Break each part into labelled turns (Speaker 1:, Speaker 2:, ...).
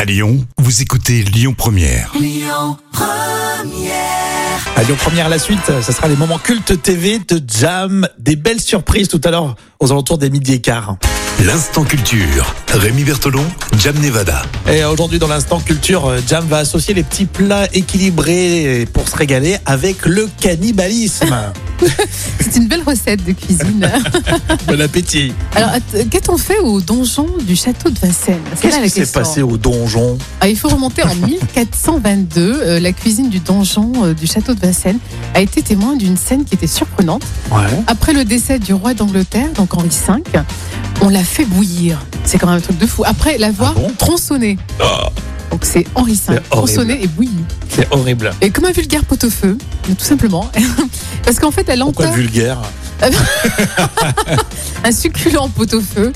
Speaker 1: À Lyon, vous écoutez Lyon Première.
Speaker 2: À Lyon Première, la suite, ce sera les moments cultes TV de Jam. Des belles surprises tout à l'heure aux alentours des midi et quart.
Speaker 1: L'instant culture. Rémi Bertolon, Jam Nevada.
Speaker 2: Et aujourd'hui, dans l'instant culture, euh, Jam va associer les petits plats équilibrés pour se régaler avec le cannibalisme.
Speaker 3: C'est une belle recette de cuisine.
Speaker 2: bon appétit.
Speaker 3: Alors, att- qu'a-t-on fait au donjon du château de Vincennes C'est
Speaker 2: Qu'est-ce
Speaker 3: là la
Speaker 2: qui s'est
Speaker 3: question.
Speaker 2: passé au donjon
Speaker 3: Ah, Il faut remonter en 1422. Euh, la cuisine du donjon euh, du château de Vincennes a été témoin d'une scène qui était surprenante.
Speaker 2: Ouais.
Speaker 3: Après le décès du roi d'Angleterre, donc Henri V, on l'a fait bouillir. C'est quand même un truc de fou. Après l'avoir
Speaker 2: Ah bon Ah.
Speaker 3: tronçonné. Donc c'est Henri V,
Speaker 2: horrible.
Speaker 3: tronçonné et bouilli.
Speaker 2: C'est horrible.
Speaker 3: Et comme un vulgaire pot-au-feu, tout simplement. Parce qu'en fait, la
Speaker 2: Pourquoi
Speaker 3: lenteur...
Speaker 2: vulgaire
Speaker 3: un succulent pot-au-feu.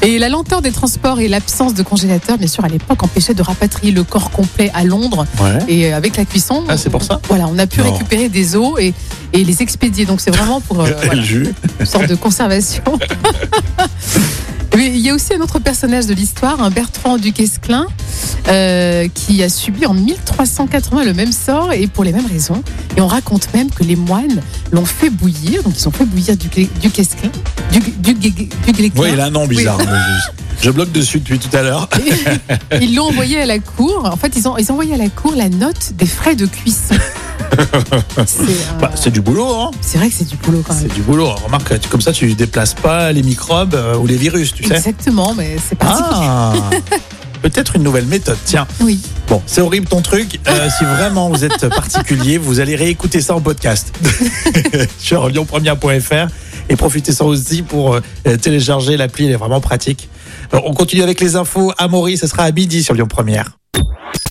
Speaker 3: Et la lenteur des transports et l'absence de congélateur, bien sûr, à l'époque, empêchait de rapatrier le corps complet à Londres.
Speaker 2: Ouais.
Speaker 3: Et euh, avec la cuisson,
Speaker 2: Ah, c'est pour ça
Speaker 3: voilà, on a pu
Speaker 2: Non.
Speaker 3: récupérer des os et, et les expédier. Donc c'est vraiment pour euh, voilà,
Speaker 2: jus.
Speaker 3: une sorte de conservation. Mais il y a aussi un autre personnage de l'histoire, un Bertrand du Guesclin, euh, qui a subi en 1380 le même sort et pour les mêmes raisons. Et on raconte même que les moines l'ont fait bouillir, donc ils ont fait bouillir du, Gle- du Guesclin, du, du, Gue- du Guesclin.
Speaker 2: Oui, il a un nom bizarre.
Speaker 3: Oui.
Speaker 2: Je je bloque dessus depuis tout à l'heure.
Speaker 3: ils l'ont envoyé à la cour. En fait, ils ont, ils ont envoyé à la cour la note des frais de cuisson. C'est euh,
Speaker 2: Bah, c'est du boulot, hein
Speaker 3: c'est vrai que c'est du boulot quand même.
Speaker 2: C'est du boulot. Remarque, tu- comme ça, tu déplaces pas les microbes euh, ou les virus, tu sais.
Speaker 3: Exactement, mais c'est particulier.
Speaker 2: Ah Peut-être une nouvelle méthode. Tiens,
Speaker 3: Oui.
Speaker 2: bon, c'est horrible ton truc. Euh, si vraiment vous êtes particulier, vous allez réécouter ça en podcast sur lyonpremière.fr et profitez ça aussi pour euh, télécharger l'appli. Elle est vraiment pratique. Alors, on continue avec les infos. À Maury, ce sera à midi sur Lyon Première.